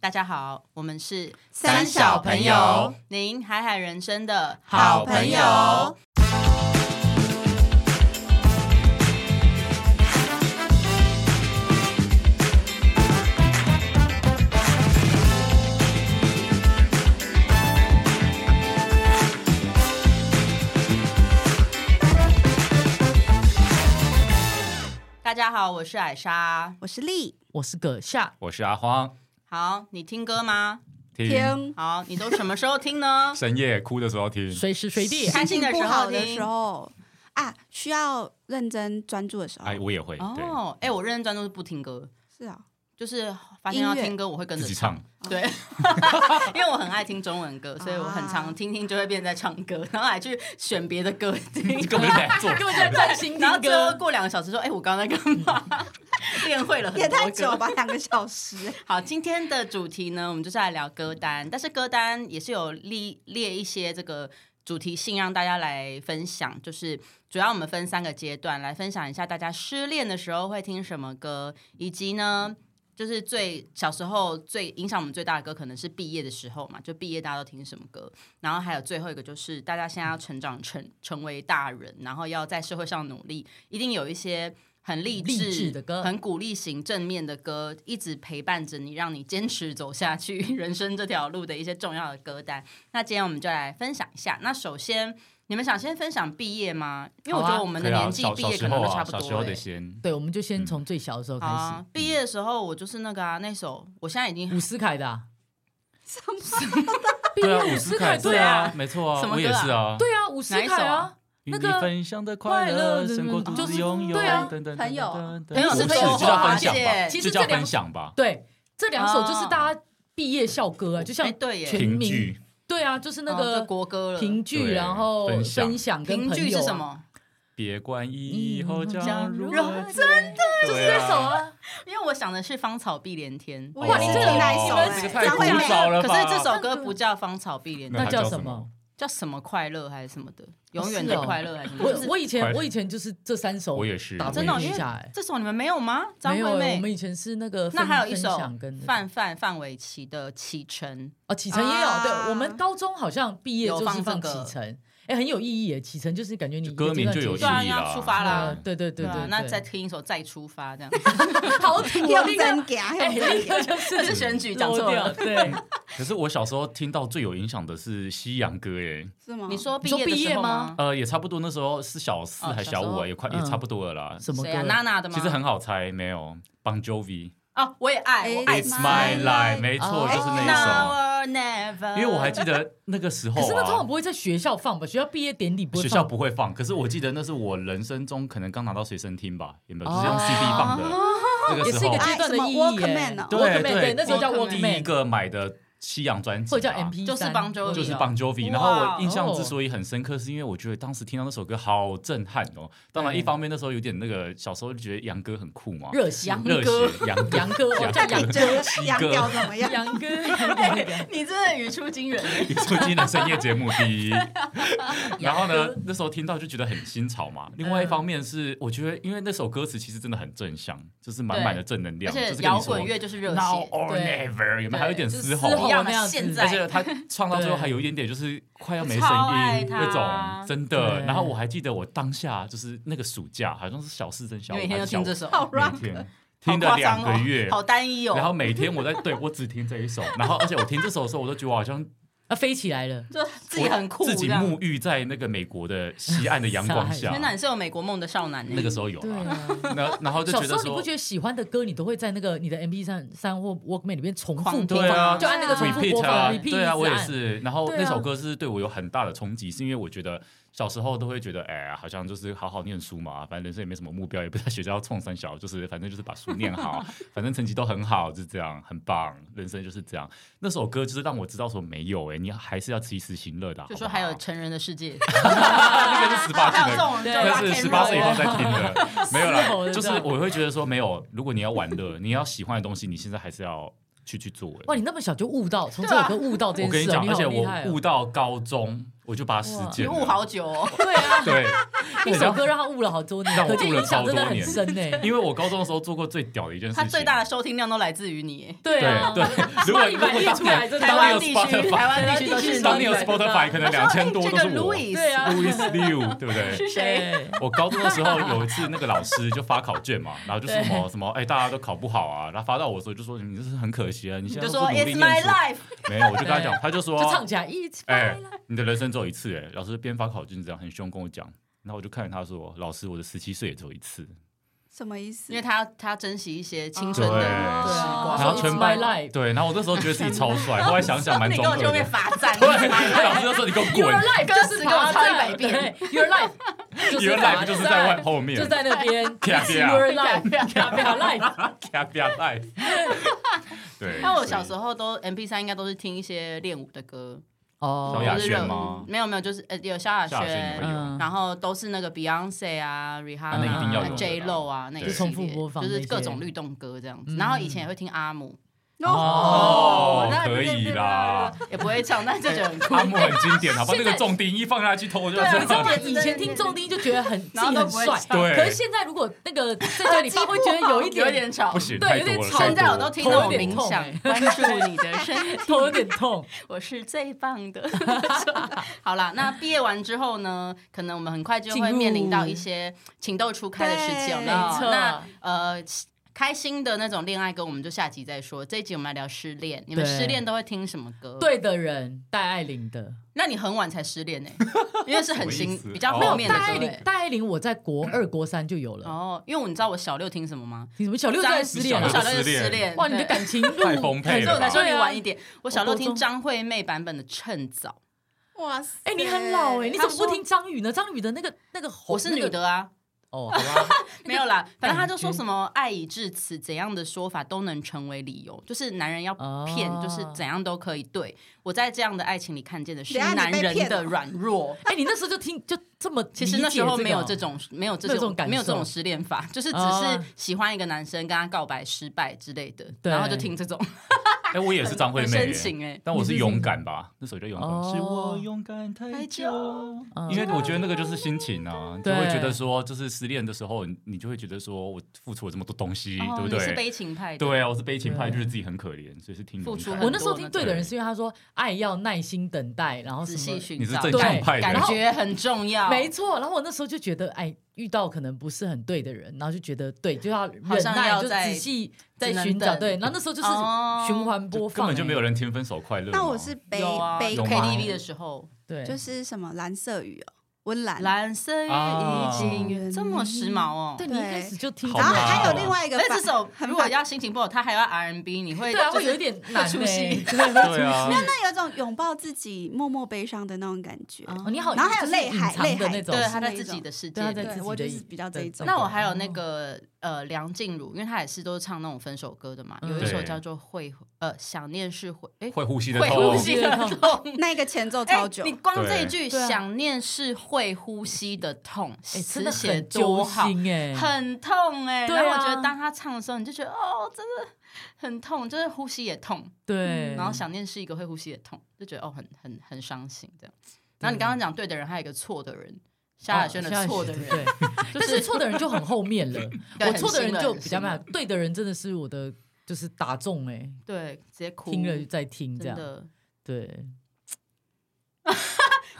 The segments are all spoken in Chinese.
大家好，我们是三小朋友，您海海人生的好朋友。大家好，我是艾莎。我是丽，我是葛夏，我是阿荒，好，你听歌吗？听？好，你都什么时候听呢 深夜哭的时候听，随时随地哎是开心心的情时候不好的听时候啊，需要认真专注的时候，哎，我也会，对，哦，哎，我认真专注是不听歌，是啊，就是发现要音乐听歌，我会跟自着己唱。 对，因为我很爱听中文啊歌，所以我很常听听就会变成在唱歌，然后还去选别的歌听 你。根本就在做，根本就在专心然后听最后歌。过两个小时说：“哎、我刚刚在干嘛？” 练会了很多也歌太久吧，两个小时。好，今天的主题呢，我们就是来聊歌单，但是歌单也是有列列一些这个主题性让大家来分享，就是主要我们分三个阶段来分享一下大家失恋的时候会听什么歌，以及呢。就是最小时候最影响我们最大的歌，可能是毕业的时候嘛，就毕业大家都听什么歌。然后还有最后一个就是大家现在要成长成成为大人，然后要在社会上努力，一定有一些很励志励志的歌很鼓励型、正面的歌，一直陪伴着你，让你坚持走下去 人生这条路的一些重要的歌单。那今天我们就来分享一下。那首先，你们想先分享毕业吗？因为我好啊觉得我们的对啊年纪小毕小业时可能候都啊，差不小多时候了的耶先，对，我们就先从最小的时候好开啊始。，毕业的时候我就是那个啊，那首我现在已经伍思凯的啊，什么？对啊，毕业伍伍思思凯，凯，对对啊，没错什啊，么我也歌啊是啊，对啊，伍思哪一首凯啊啊，与那你个分享的快快乐乐，的胜过独就是自拥有，对啊等等，朋友等等朋友不是是朋友就叫花分享吧，谢其就实叫这两分享吧，对，这两首就是哦大家毕业校歌啊，就像哎对耶全评民剧对啊，就是那哦这个国歌了。评剧，对然后分享分享跟评朋剧友是啊什？么？别管以后将如如何何，真的就是这首。啊，因为我想的是《芳草碧连天》，哇，你这个哪一首哦哎？这个太张惠古妹早了可吧是这首歌不叫《芳草碧连天那那》，它叫叫什什么？叫什么快乐还是什么的，永远的是哦快乐还是什么？我就是我以快前乐我以前就是这三首，我也是打真的哦回忆因为下来。这首你们没有吗？张没有惠欸，我妹。们以前是那个那分还有一分首享跟那个范范范玮琪的《启程哦，启程也有，啊对我们高中好像毕业有就是放放这个启程，哎、很有意义耶。启程就是感觉你就歌名就有意一个阶段结束啊要义啦，出发啦啊，对对对对啊对，那再听一首《再出发》这样， 好土啊，用那真个假，哎，用那真假。个就是这 是选举讲错漏掉了。对， 可是我小时候听到最有影响的是西洋歌，哎，是吗？你说毕说业的毕时业候吗吗？呃，也差不多，那时候是小四嗯哦还小小时五候啊，也快也嗯差不多了啦。什么歌谁啊？？娜娜的吗？其实很好猜，没有 Bon Jovi，哦，我也哎爱，我爱哎 It's It's My Life，没错，哦就是那 Now or Never，一首。因为我还记得那个时候可是那通常啊，不会在学校放吧？学校毕业典礼不会学放校不会放，可是我记得那是我人生中可能刚拿到随身听吧，有没有？就是用哦 CD 放的那个也时是一候个哎阶段的意什义么耶。 Walkman 哦啊对 Walkman，对，那时候叫我 Walkman，第一个买的西洋专辑啊，或者叫 MP，就是邦周，就是 Bon 哇哦 Jovi，然后我印象之所以很深刻，是因为我觉得当时听到那首歌好震撼哦。当然，一方面那时候有点那个小时候就觉得杨哥很酷嘛，热血杨热哥血杨杨 哥，哦叫你杨觉得羊屌怎么 样？杨哥，杨哥哎你真的语出惊人。你说今天的深夜节目第一，然后杨呢哥，那时候听到就觉得很新潮嘛。另嗯外一方面是，我觉得因为那首歌词其实真的很正向，就是满满的正能而量，且就是跟摇你说滚乐就是热 now 血， or 对 never，有没有？还有一点就是嘶嘶一吼吼。啊样那样的。子现在而且他唱到最后对还有一点点，就是快要没 声超爱音他那种，真的。对然后我还记得我当下就是那个暑假，好像是小四升小五每还天都是小听五这，首，好 rock，每天好听了夸两张个哦月，好单一哦。然后每天我在对我只听这一首，然后 而且我听这首的时候，我都觉得我好像啊，飞起来了。就自己很酷，自己沐浴在那个美国的西岸的阳光傻 下天。哪，你是有美国梦的少男呢啊欸那个时候有对啦，啊。然然后就小觉时得候你不说觉得喜欢的歌，你都会在那个你的 M P 三三或 Walkman 里面重复狂播对啊放，就按那个重复播，repeat 放啊， ，repeat 对啊，一直我也按。是。然后对啊那首歌是对我有很大的冲击，是因为我觉得小时候都会觉得，哎，好像就是好好念书嘛，反正人生也没什么目标，也不在学校要冲三小，就是反正就是把书念 好，反正成绩都很好，就这样，很棒，人生就是这样。那首歌就是让我知道说，没有哎，你还是要及时行乐的，就好不说好还 有成人的世界，那个是十八禁还有这的种，对那是十八岁以后再听的，没有是啦，哦是就是这样我会觉得说没有，如果你要玩乐，你要喜欢的东西，你现在还是要去去做。哇，欸你那么小就悟到，从这对啊首歌悟到这我件跟你事哦，讲，你而好且厉我害哦悟到高中，我就把它实哇你践悟了。好久 哦，对啊，对，一首歌让他悟了好多年，让我可见悟了影响超真的多很年深呢。因为我高中的时候做过最屌的一件事情，它最大的收听量都来自于你。对啊， 对对如果你如把果列当出来年真台的当年湾有地区，台湾地区 Spotify 都台湾地是区当年有都是 Spotify 可能两千多哎这都个是我。 Louis，对啊 Louis Liu，对不 对？是谁？对我高中的时候有一次，那个老师就发考卷嘛，然后就什么什么，哎，大家都考不好啊，然后发到我的时候就说你这是很可惜啊，你你现在就都说不努力 It's 念 my 书 life，没有，我就跟他讲，他就说就唱起来一起哎、你的人生只有一次哎、老师边发考卷这样很凶跟我讲，然后我就看着他说，老师，我的十七岁也只有一次。什么意思？因为他他珍惜一些青春对的对时啊，光。然后说全 It's 班 my life，对，然后我那时候觉得自己超帅，后来想想蛮你中根二本就会被的。罚站。对， 老师就说你给我 Your 滚 life 就歌词是爬给我唱在一百遍对，Your life 就是，Your 爬 life 就是在外后面啊 就，在那边啪啪 Your 啊 life，卡表 life，啪啪 life。对，那我小时候候都 M P 三应该都是听一些练舞的歌，就萧哦亚是轩热吗没有没有，就是呃有萧亚下学你轩会，有。嗯然后都是那个 Beyonce 啊、那一 Rihanna 定要有的啊、啦 J Lo 啊那对个系重复列播，放就是那各些种律动歌这样子。嗯然后以前也会听阿姆，哦那，可以啦，也不会唱，但就觉得很酷。阿莫很经典，好啊吧？那现个在重低音一放下去，头就 对啊，要 你知炸道吗？以前听重低音就觉得很自然后己都很不会帅，唱对可是现在如果那个在家里放，会觉得有一有点点吵不。行，对太有多点了。吵 太现在多我了都听头那有种点冥痛想欸，关注你的身体，头有点痛。我是最棒的。 好啦，那毕业完之后呢，可能我们很快就会面临到一些情窦初开的事情，有 没有没错那呃。开心的那种恋爱歌，我们就下集再说。这一集我们来聊失恋，你们对失恋都会听什么歌？，对的人，戴爱玲的。那你很晚才失恋呢、因为是很什么新意思，比较哦没后有面戴的爱歌、玲欸，。戴爱玲我在国二、国三就有了。哦，因为我你知道我小六听什么吗？你怎么小六就在失恋我张小了？六就失失恋恋，哇，你的对感情 路太丰沛所以了我才吧。说你对啊晚一点。我小我六高听中哦张惠妹版本的《趁早》，哇塞！哎，你很老哎，你怎么不他说听？张宇呢？张宇的那个那个喉，我是女那个的啊，哦，好吧，没有啦。反正他就感说觉什么“爱已至此”，怎样的说法都能成为理由，就是男人要骗，哦就是怎样都可以。对我在这样的爱情里看见的是等一下男你被人骗的了软弱。 哎，你那时候就听就这么理解其个哦，实那时候没有这种，没有这没有这种种感，受没有这种失恋法，就是只哦是喜欢一个男生，跟他告白失败之类的，对然后就听这种，哎，我也是张惠很妹 深耶。情哎。但我是勇敢吧，那首叫勇敢，哦是我勇敢太久。嗯，因为我觉得那个就是心情啊，你就对会觉得说，就是失恋的时候，你你就会觉得说我付出了这么多东西，对哦，不你是对？悲情派的，对啊，我是悲情派，就对是自己很可怜，所以是听付勇出敢很我多那时候听对的人是因为他说爱要耐心等待，然后什仔么细寻你是找，正对向派的，感觉很重要，没错，然后我那时候就觉得，哎，遇到可能不是很对的人，然后就觉得对，就好要忍像要耐，就再仔细只在能寻找。等对，然后那时候就是哦循环播就根放，本就没有哎人听分手快乐嘛。那我是北有啊北有港吗 KTV 的时候，对，就是什么蓝色雨哦，温岚。蓝色雨啊已经远这么时髦哦。对你一开始就听好到，然后吧还有另外一个版，但哎这首很如果反要心情不好，他还要 R&B，你会对啊，就会是有一点会难出呢戏。对对啊，那有一种拥抱自己、默默悲伤的那种感觉。 哦哦，你好，然后还有就是泪海隐藏泪的海那种对，是，他在那自己种的世界对他在里。自己对我的就是比较这一种哦对那我还有那个呃梁静茹，因为她也是都唱那种分手歌的嘛，嗯有一首对叫做《会》呃想念是会哎会呼吸的会呼痛，吸的 痛。哦那个前奏哎超久你，光这一对句“对啊想念是会呼吸的痛”，哎，真词的写很多揪好，心哎，很痛哎、对然后我啊觉得当他唱的时候，你就觉得哦，真的很痛，就是呼吸也痛，对，哦然后想念是一个会呼吸也痛，就觉得哦，很很很伤心这样。然后你刚刚讲对的人，还有一个错的人，哦萧亚轩的错的人，对， 就但是错的人就很后面了， 对我很错的人新了就很比较新了慢，对的人真的是我的就是打中哎，对直接哭听了就再听这真样，的。对。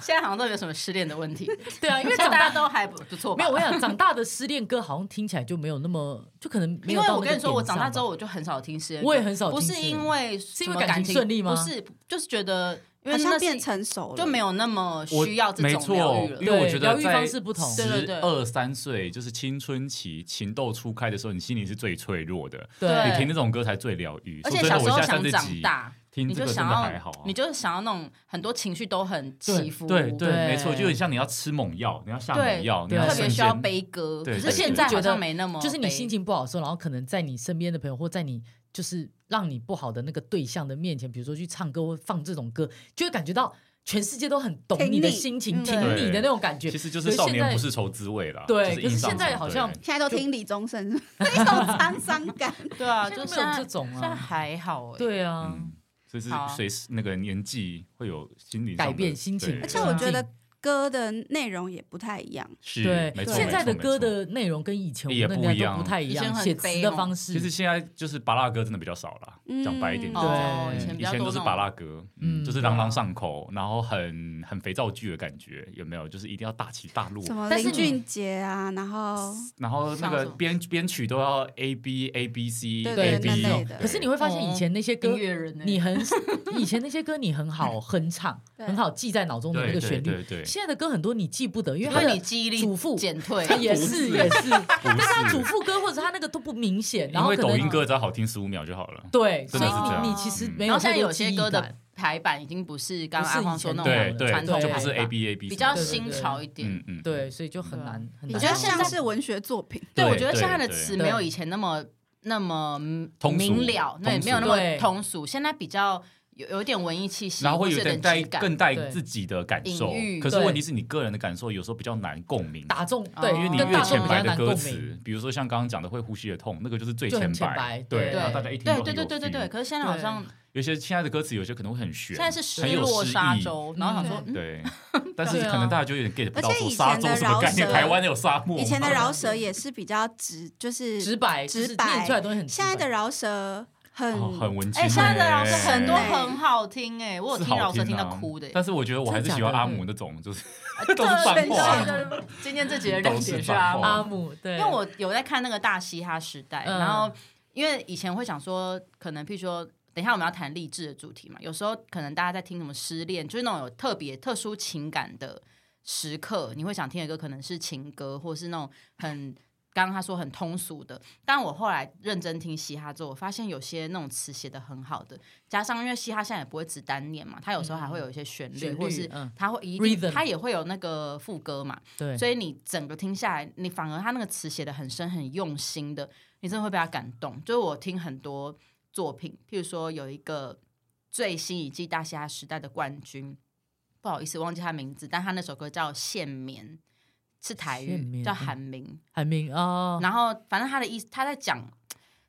现在好像都有什么失恋的问 题，对啊，因为大长家大都还不不错吧没有，我想长大的失恋歌好像听起来就没有那么，就可能没因有为到我跟那个你说，我点长大上之后吧，我就很少听失恋歌，我也很少不听是失恋因为是因为感情情顺利吗不是，就是觉得因为那好像是变成熟了，就没有那么我需要这没种疗错愈，了因。为我对觉疗得愈在方式不同对对十对二三岁就是青春期情窦初开的时候，你心里是最脆弱的，对你听那种歌才最疗愈。而说且真小的，时我候现在三想十长几，大，听你就这个真想的还要好啊，。你就是想要那种很多情绪都很起伏，对对，对没错，就有点像你要吃猛药，你要下对猛药，你对要特别瞬需要间悲歌。对可是对现对在好觉得像没那么悲，就是你心情不好的时候，然后可能在你身边的朋友或在你就是让你不好的那个对象的面前，比如说去唱歌或放这种歌，就会感觉到全世界都很懂听你的你心情，嗯挺对你的那种感觉其。实就是可是少现年在不是愁滋味啦。对就可是硬上现在场好对像现在都听李宗盛， 非常沧桑感。对啊，就现是在没有这种现在啊，还好哎。对啊，嗯所以是好啊随时那个年纪会有心理上的改变心情对而且我觉对得歌的内容也不太一样，是对没，错现在的没错歌没错的内容跟以前我也们那不一年代样都不太一以前样，很写词悲的哦方式其实现在就是巴拉歌真的比较少了，嗯讲白一点就这哦样，对以前比以较前多都那是种巴拉歌，嗯嗯，就是朗朗上口，然后很很肥皂剧的感觉，有没有？就是一定要大起大落，什么但是林你俊杰啊，然后然后那像什个么编编曲都要 A B A B C 对 A 对那 B，类的可是你会发现以前那些歌哦音，乐人呢、你很以前那些歌你很好哼唱，对很好记在脑中的那对个旋对律。对对，现在的歌很多你记不得，因为因它为你的记忆力祖父减退，也是也是， 但是他不主是，副歌或者他那个都不明显，然因后为可抖音能歌只要好听十五秒就好了。对，所真以的是这样你你其嗯实没然有后现在太多有些记忆歌的感排版已经不是刚刚不是阿以荒说前那的对种对传，统就排版，不是 A B A B，比较对对新对潮一点。嗯嗯，对，所以就很对啊难很比难较想像象是文学作品。对，对我觉得现在的对词对没有以前那么那么通俗明了，对，通俗没有那么对通俗，现在比较有有一点文艺气息，然后会或有是点点带质感更带对自己的感受隐喻，可是对问题是你个人的感受有时候比较难共鸣，打中，哦对，嗯因为你跟越大众浅比白较的难歌共词鸣。，比如说像刚刚讲的会呼吸的痛，那个就是最就很浅浅白对，对然后大家一听对都对很对有对对对， feel。可是现在好对像有些现在的歌词有些可能会很悬，现在是失很有落诗沙意洲，然后想说，嗯嗯，对，但是对啊可能大家就有点 get 不到而且说以前沙洲的什么概念，饶舌台湾有沙漠吗，以前的饶舌也是比较直，就是直白，直就是白念出来的东西很直现在白的饶舌很、哦很文青哎，欸，现在的老师很多哎很好听哎，我有是听好老师听啊到哭的哎，但是我觉得我还是喜真欢假的阿姆那种，就是对都是脏话，对对对今天这集的亮点是阿都是脏姆话阿姆，对，因为我有在看那个大嘻哈时代，嗯然后因为以前会想说，可能譬如说，等一下我们要谈励志的主题嘛，有时候可能大家在听什么失恋，就是那种有特别特殊情感的时刻，你会想听的歌可能是情歌，或是那种很。刚刚他说很通俗的，但我后来认真听嘻哈之后，我发现有些那种词写的很好的，加上因为嘻哈现在也不会只单念嘛，它有时候还会有一些旋律，嗯旋律或是嗯它会一定 Rhythm 它也会有那个副歌嘛，对，所以你整个听下来，你反而他那个词写的很深、很用心的，你真的会被他感动。就是我听很多作品，譬如说有一个最新一季大虾时代的冠军，不好意思忘记他名字，但他那首歌叫《限眠》，是台限语眠叫嗯韩明。韩明啊，然后反正他的意思，他在讲，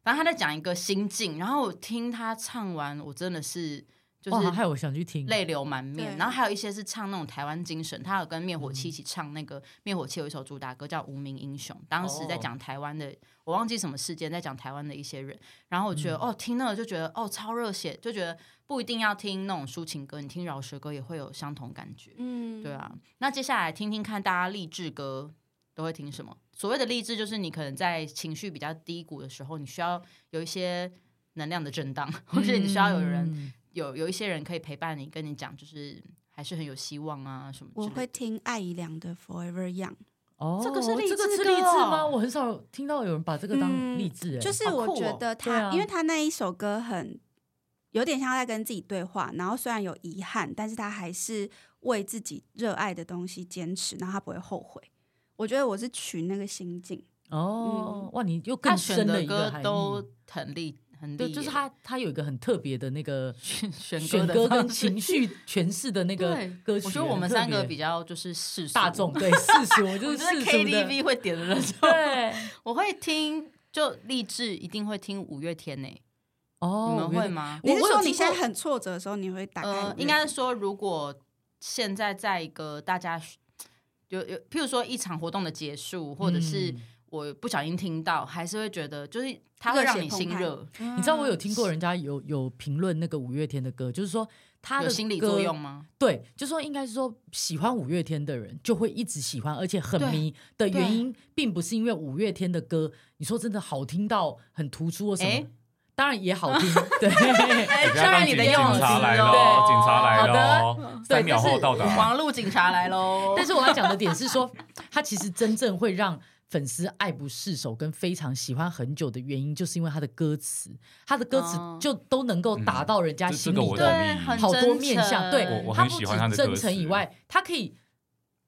反正他在讲一个心境。然后我听他唱完，我真的是就哇，是害我想去听，泪流满面。对然后还有一些是唱那种台湾精神，他有跟灭火器一起唱那个灭火器有一首主打歌叫《无名英雄》，当时哦在讲台湾的，我忘记什么事件，在讲台湾的一些人。然后我觉得、嗯哦，听那个就觉得哦，超热血，就觉得不一定要听那种抒情歌，你听饶舌歌也会有相同感觉。嗯对，啊，那接下来听听看大家励志歌都会听什么？所谓的励志，就是你可能在情绪比较低谷的时候，你需要有一些能量的震荡，或者你需要有人嗯有有一些人可以陪伴你，跟你讲，就是还是很有希望啊什么之类我的。会听艾怡良的《Forever Young 哦，这个是励这个志是歌励志哦吗？我很少听到有人把这个当嗯励志，》，哎，就是好酷我哦觉得对他，啊因为他那一首歌很有点像在跟自己对话，然后虽然有遗憾，但是他还是为自己热爱的东西坚持，然后他不会后悔。我觉得我是取那个心境，哦，哇，你又嗯他更选深的了一个歌含义都很厉很对，厉，就是他他有一个很特别的那个选选选歌歌的跟方式 情。绪诠释的那个对歌曲，啊我觉得我们很特三别个比较就是世俗大众，，对世俗， 我就我是觉世得俗的， KTV 会点的那种。 对， 我会听，就励志一定会听五月天呢、哦，你们原会来？吗？我你是我有说你听现在过很挫折的时嗯候，你会打开呃音，乐？应该是说，如果现在在一个大家有有，譬如说一场活动的结束，或者是嗯我不小心听到，还是会觉得就是它会让你心热，嗯你知道我有听过嗯人家有有评论那个五月天的歌，就是说他的有歌心理作用，吗？对，就说应该是说喜欢五月天的人就会一直喜欢，而且很对迷对的原因，并不是因为五月天的歌，你说真的好听到很突出或什诶么，当然也好 听，对，不要当警用警察词来哦了，警察来好嗯了，三秒后到达。网路警察来 喽！但是我要讲的点是说， 他其实真正会让粉丝爱不释手跟非常喜欢很久的原因，就是因为他的歌词，他的歌词哦就都能够打到人家这心嗯这个里我的懂对，很好多真面诚相。对我，他很不喜欢他止的歌真诚以词外，他可以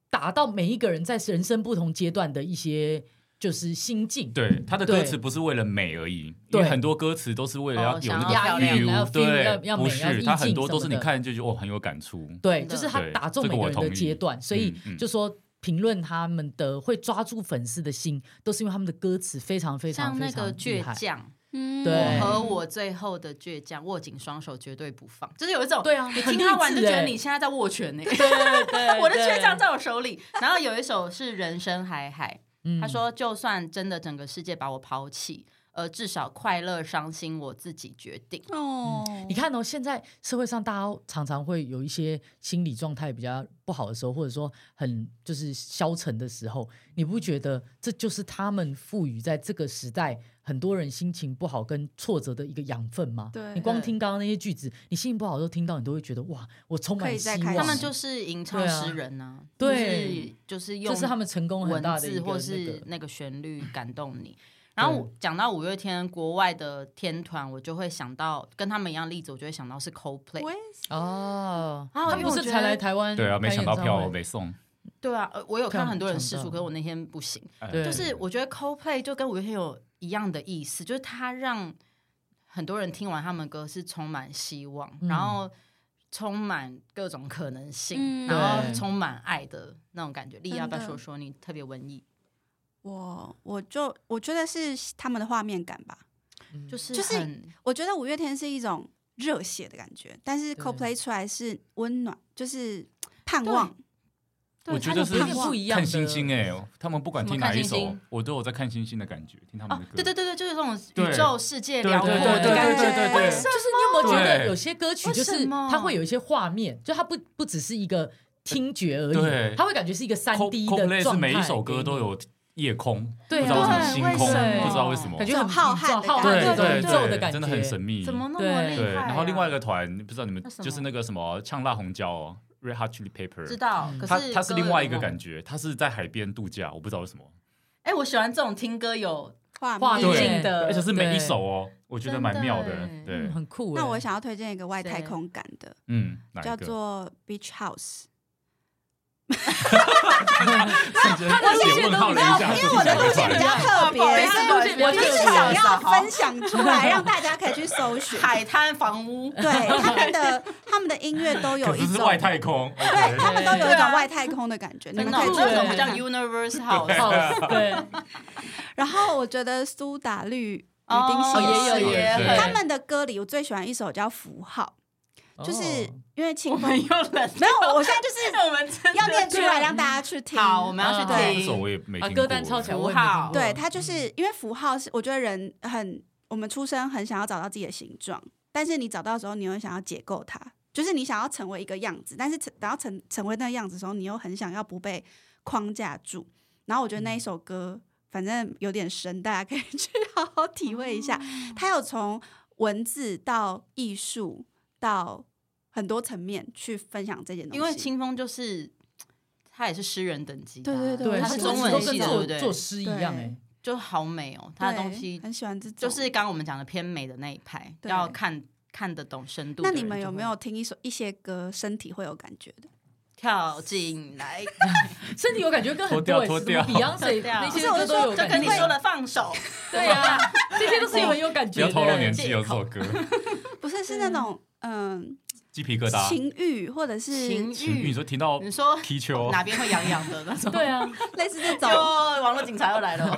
打到每一个人在人生不同阶段的一些就是心境。对，他的歌对词不是为了美而已，因对为很多歌词都是为了哦要有那想要漂个亮 feel，要 feel，要对，要美不要是意他很境多什都么是你的看就觉得哦很有感触，对，真就的是他对打中这每个个我人的同意阶段，所以嗯嗯就说评论他们的会抓住粉丝的心，都是因为他们的歌词非常非常像非那常个厉倔害。强，嗯对我和我最后的倔强，握紧双手绝对不放，就是有一种对啊你很听他励玩就志觉得 欸你现在在握拳呢、对对对， 我的倔强在我手里。然后有一首是《人生海海》，嗯他说：“就算真的整个世界把我抛弃，呃，至少快乐、伤心我自己决定。哦，你看哦，现在社会上大家常常会有一些心理状态比较不好的时候，或者说很就是消沉的时候，你不觉得这就是他们赋予在这个时代很多人心情不好跟挫折的一个养分吗？对你光听刚刚那些句子，你心情不好的时候听到，你都会觉得哇，我充可满以希再望。开始他们就是吟唱对啊诗人呢、啊，对就是，就是用这是他们成功很文大的一字个、那或个、是那个旋 律感动你。然后我讲到五月天国外的天团，我就会想到跟他们一样例子，我就会想到是 Coldplay。我也哦，啊他因为不我是觉才得来台湾对啊，没开抢演到唱票会我没送，对啊，呃我有看看很多人抢试出，到可是我那天不行。哎对就是我觉得 CoPlay 就跟五月天有一样的意思，就是它让很多人听完他们歌是充满希望，嗯然后充满各种可能性，嗯然后对充满爱的那种感觉。丽，真的要不要说说你特别文艺？我我就我觉得是他们的画面感吧。嗯就是就是很我觉得五月天是一种热血的感觉，但是对 CoPlay 出来是温暖，就是盼望。对我觉它得就是盼不望一样的看星星哎、他们不管听哪一什么看星首星，我都有在看星星的感觉，听他们哦的歌。，对对对对，就是这种宇对宙世界对辽阔对的对对感对觉。对对对，为什就是你有没有觉得对有些歌曲为就什是么它会有一些画面，就它不不只是一个听觉而已对，它会感觉是一个三 D Co- Coldplay 的状是态。每一首歌都有夜空，对啊不知道为什么星对空，为什么不知道为什么感，觉很浩瀚的宇宙浩感瀚觉对的对宇宙的对，感觉，真的很神秘。怎么那么厉害、啊？对，然后另外一个团，不知道你们那什么就是那个什么呛辣红椒哦，Red Hot 知 Chili Pepper，道，可它是嗯它是歌另有外一个吗感觉，它是在海边度假，我不知道为什么，哎、我喜欢这种听歌有画画意面对境的，而且是每对一首哦，我觉得蛮妙的真，的对嗯，很酷欸。那我想要推荐一个外太谁空感的，嗯，哪一叫个做 Beach House。 瞬间瞬间问号了一下，因为我的路线比较特别，对所以路线比较我特就别是想要分享出来，让大家可以去搜寻。海滩房屋，对他们的他们的音乐都有可一是是种外，太空，对他们都有一对啊种外太空的感觉， 你真们的可以哦去那种看不叫看 Universe 哦 House， 对，然后我觉得苏打绿、雨哦丁哦也有写也有他们的歌里，我最喜欢一首叫《符号》，就是哦因为清我风们又冷，没有，我现在就是我们真的 要念出对啊来让大家去听。好，我们要啊去这首听。我也没啊，听歌单抄过起来，我也符号没听过对，它嗯就是因为符号是，我觉得人很，我们出生很想要找到自己的形状，但是你找到的时候，你又想要解构它，就是你想要成为一个样子，但是成等到成成为那个样子的时候，你又很想要不被框架住。然后我嗯觉得那一首歌，反正有点深，大家可以去好好体会一下。哦它有从文字到艺术到很多层面去分享这件东西，因为清风就是他也是诗人等级的啊，对对对，他是是它中都文跟系的，对做不对？做诗一样哎，就好美哦，他的东对西很喜欢这种，就是刚刚我们讲的偏美的那一派，对要看看得懂深度的那人就你会。们有没有听一首一些歌，身体会有感觉的？跳进来？身体有感觉跟很脱多掉欸脱什么掉 Beyonce 掉那不些是我歌是都说有就感跟你觉说，了哦放手，对啊，这些都是很有感不觉要的。透露年纪借有这口首歌，不是，是那种嗯、鸡皮疙瘩。情欲或者是情情欲，你欲，说听到你说踢球哪边会痒痒 的 那种？对啊，类似这走，种。哎网络警察又来了哦，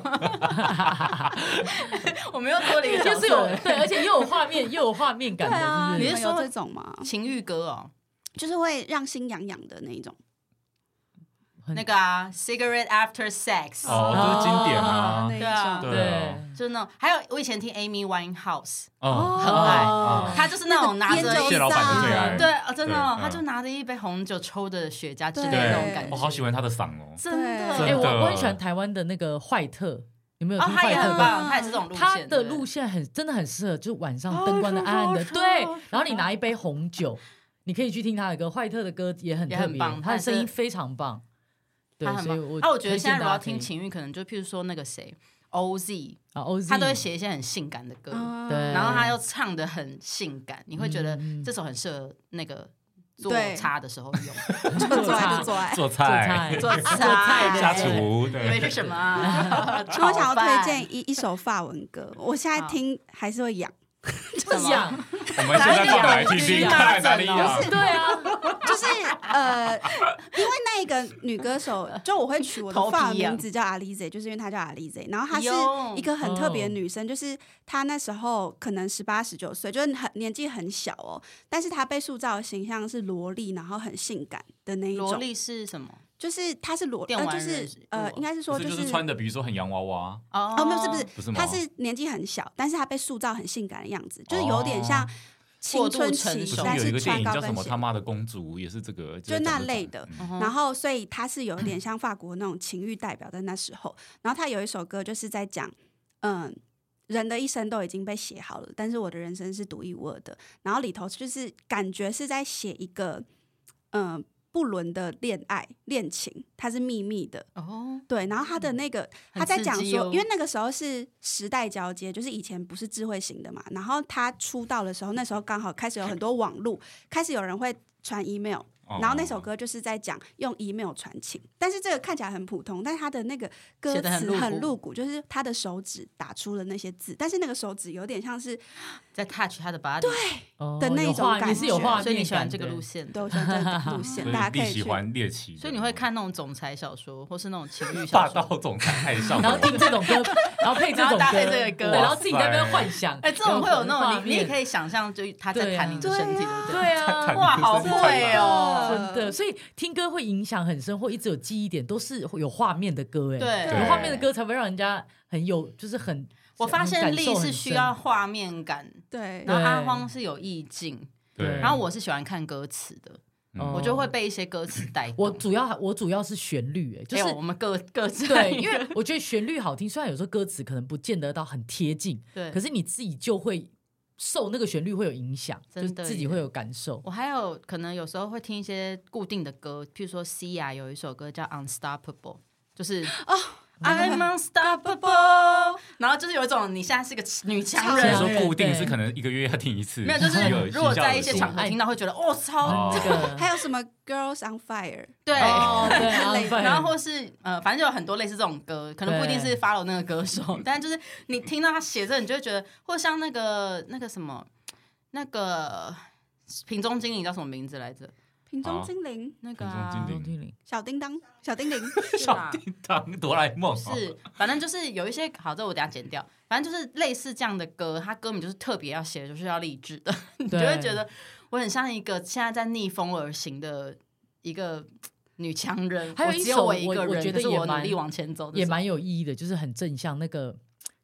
我们又多了一个就角是有色。对，而且又有画面，又有画面对感啊，的，你是是们有说这种吗？情欲歌哦，就是会让心痒痒的那一种。不是？那个啊，Cigarette After Sex，、哦，这是经典啊那，一对啊种。对啊对。就是那种，还有我以前听 Amy Winehouse，哦，很爱哦她就是那种拿烟着酒一谢老板的最爱，对，哦真的哦，对嗯她就拿着一杯红酒抽着雪茄之类的对那种感我觉，好喜欢他的嗓哦，真的。对哎、哎真我的我很喜欢台湾的那个坏特，你们有哦，听她坏也特很吗？棒，她也是这种路线。它的对路线很真的很适合，就晚上灯光的暗暗的，哦是对哦。然后你拿一杯红酒，你可以去听他的歌，坏特的歌也很也特很别棒，他的他声音是非常棒。对她，很所以棒。我啊，我觉得推现荐在如果大要家可以听情欲，可能就譬如说那个谁，OZ，啊，OZ，他都会写一些很性感的歌，嗯对然后他又唱的很性感，你会觉得嗯嗯这首很适合那个做对差的时候用。 就做爱就 做爱。做做菜菜、做菜菜的下对厨，你们对，是什么 啊？ 所以我想要炒饭推荐一一首法文歌，我现在听还是会痒，不想， 我们现在放来听听看哪哪里里痒有不。是对啊，就就是呃，因为那一个女歌手，就我会取我的头皮法文痒名字叫 Alize，就是因为她叫 Alize，然后她是哟一个很特别嗯哦的女生，就是她那时候可能十八十九岁，就是很年纪很小哦，但是她被塑造的形象是萝莉，然后很性感的那一萝种，莉是什么？就是她是萝，电呃，玩就人是是呃，不应该是不说是就是是穿的，比如说很洋娃娃，哦哦，没有，是不是？不是吗？她是年纪很小，但是她被塑造很性感的样子，就是有点像哦过青度春成期不熟，是但有一个电穿影高叫什跟么鞋他。妈的公主，也是这个，就那类的嗯嗯然后，所以他是 有一点像法国那种情欲代表在那时候。然后他有一首歌就是在讲，嗯，人的一生都已经被写好了，但是我的人生是独一无二的。然后里头就是感觉是在写一个，嗯，不伦的恋爱恋情，它是秘密的。哦，对，然后他的那个、很他在刺讲激说哦，因为那个时候是时代交接，就是以前不是智慧型的嘛。然后他出道的时候，那时候刚好开始有很多网络，开始有人会传 email，哦然后那首歌就是在讲用 email 传情，但是这个看起来很普通，但是他的那个歌写得很词露骨很露骨，就是他的手指打出了那些字，但是那个手指有点像是在 touch 他的 body，对，哦的那有种画感你是有觉画面，所以你喜欢这个路。线的，都像这个 路线，所以大家可你以去。喜欢猎奇的，所以你会看那种总裁小说，或是那种情欲霸小道说。总裁爱上我，然后听这种歌，然后配这 然后种搭歌，配这个歌对然后自己在那边幻想。哎，这种会有那画种，你你也面可以想象，就是他在对啊弹你的身体，对不对啊，哇，好会哦！真的，所以听歌会影响很深，或一直有记忆点，都是会有画面的歌，哎，对对有画面的歌才会让人家很有，就是很。我发现很感力受是很需深要画面感，对然后阿对荒是有意境，对，然后我是喜欢看歌词的，哦我就会被一些歌词带动。我主要我主要是旋律，哎，就哎是我们各各自对，因为我觉得旋律好听，虽然有时候歌词可能不见得到很贴近，对，可是你自己就会受那个旋律会有影响，就是真的自己耶会有感受。我还有可能有时候会听一些固定的歌，譬如说 Sia 有一首歌叫 Unstoppable，就是哦。I'm unstoppable，然 后就是有一种你现在是个女强所以人，说固定对是可能一个月要听一次，没有就是如果在一些场合哎听到会觉得哦超哦嗯这个还有什么 Girls on Fire？对，哦，对，类安然后或是呃，反正就有很多类似这种歌，可能不一定是 follow 那个歌手，但就是你听到他写这，你就会觉得，或像那个那个什么，那个瓶中精灵叫什么名字来着？瓶中好精灵、那个、瓶中啊精、钟玲小 叮当、小叮铃，是吧当哆啦 A 梦哦是，反正就是有一些好，这我等一下剪掉。反正就是类似这样的歌，它歌名就是特别要写，就是要励志的， 你就会对觉得我很像一个现在在逆风而行的一个女强人。还有我一只有首我一我个我人，觉可得是也我努蛮力往前走的也时候蛮有意义的，就是很正向那个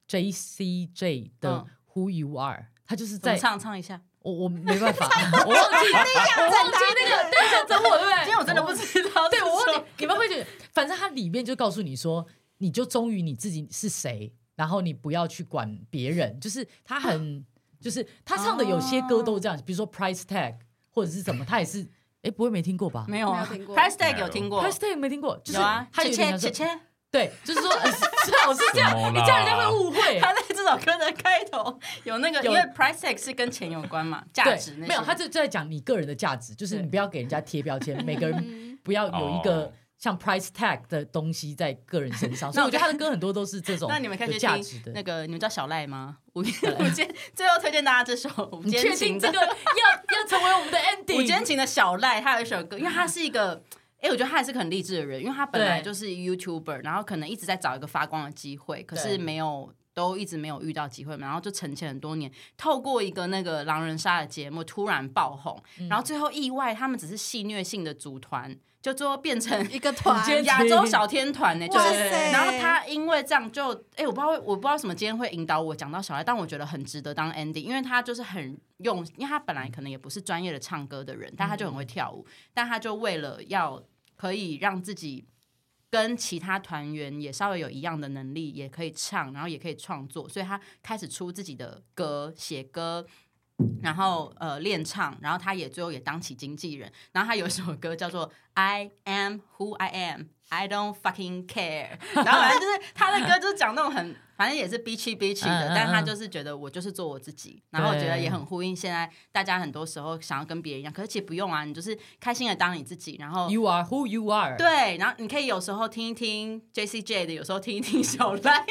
J C J 的嗯 Who You Are，他就是怎么在唱唱一下。我我没办法，我忘记我忘记那个，对，想整我对不对？ 今天我真的不知道，对，我忘问记你们会觉得，反正它里面就告诉你说，你就忠于你自己是谁，然后你不要去管别人，就是他很，就是他唱的有些歌都这样，啊比如说 Price Tag 或者是什么，他也是，哎，不会没听过吧？没有啊没有听过 Price Tag 有听过， Price Tag 没听过，就是有啊，他有切点切像切是切，对，就是 说，呃是老是这样什么，你啦这样人家会误会。他在这首歌的开头有那个，因有为 Price Tag 是跟钱有关嘛，价值对，那些没有，他就在讲你个人的价值，就是对嗯你不要给人家贴标签，每个人不要有一哦个像 price tag 的东西在个人身 上。所以我觉得他的歌很多都是这种那你们可以有去价值听那的。个，你们知道小赖吗？午间午间，最后推荐大家这首《午你间确情定》的 这个要要成为我们的《 ending？午间情》的小赖，他有一首歌，因为他是一个。哎、我觉得他还是个很励志的人，因为他本来对就是 YouTuber，然后可能一直在找一个发光的机会，可是对没有，都一直没有遇到机会嘛，然后就沉潜很多年，透过一个那个狼人杀的节目突然爆红，然后最后意外他们只是戏虐性的组团，就最后变 成 一个团你，今天亚洲小天团呢、就哇是塞！然后他因为这样就，哎、我不知道为，我不知道为什么今天会引导我讲到小赖，但我觉得很值得当 ending，因为他就是很用，因为他本来可能也不是专业的唱歌的人，但他就很会跳舞，但他就为了要可以让自己跟其他团员也稍微有一样的能力，也可以唱，然后也可以创作，所以他开始出自己的歌，写歌。然后呃练唱，然后他也最后也当起经纪人，然后他有一首歌叫做《I Am Who I Am》，I don't fucking care。然 后反正就是他的歌就是讲那种很，反正也是 bitchy bitchy 嗯的，嗯但他嗯就是觉得我就是做我自己，然后我觉得也很呼应现在大家很多时候想要跟别人一样，可是其实不用啊，你就是开心的当你自己，然后。 You are who you are。对，然后你可以有时候听一听 J C J 的，有时候听一听小嗯赖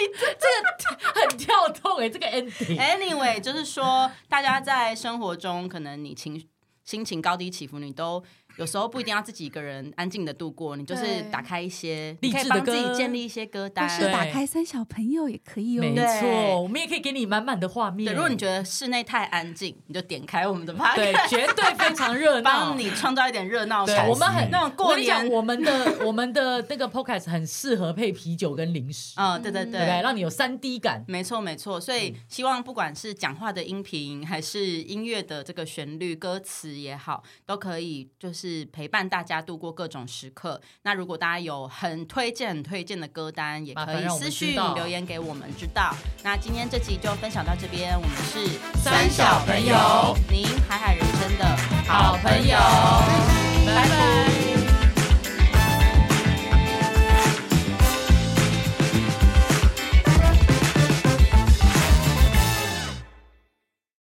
很跳动哎，这个 ending。 Anyway，就是说，大家在生活中，可能你情心情高低起伏，你都有时候不一定要自己一个人安静的度过，你就是对打开一些，励你可以志的帮自己歌建立一些歌单或。是打对开三小朋友也可以没哦。对错，我们也可以给你满满的画面。对，如果你觉得室内太安静，你就点开我们的 p o 对，绝对非常热闹，帮你创造一点热闹对，感我。们很那种我过跟你讲年，我们的我们的那个 podcast 很适合配啤酒跟零食，嗯，对对嗯对对不对？让你有三 D 感。没错，没错，所嗯以希望不管是讲话的音频，还是音乐的这个旋律、歌词也好，都可以就是陪伴大家度过各种时刻。那如果大家有很推荐、很推荐的歌单，也麻可烦以让我私们知讯道留言给我们知道。那今天这集就分享到这边，我们是三小朋友您海海人生的好朋友。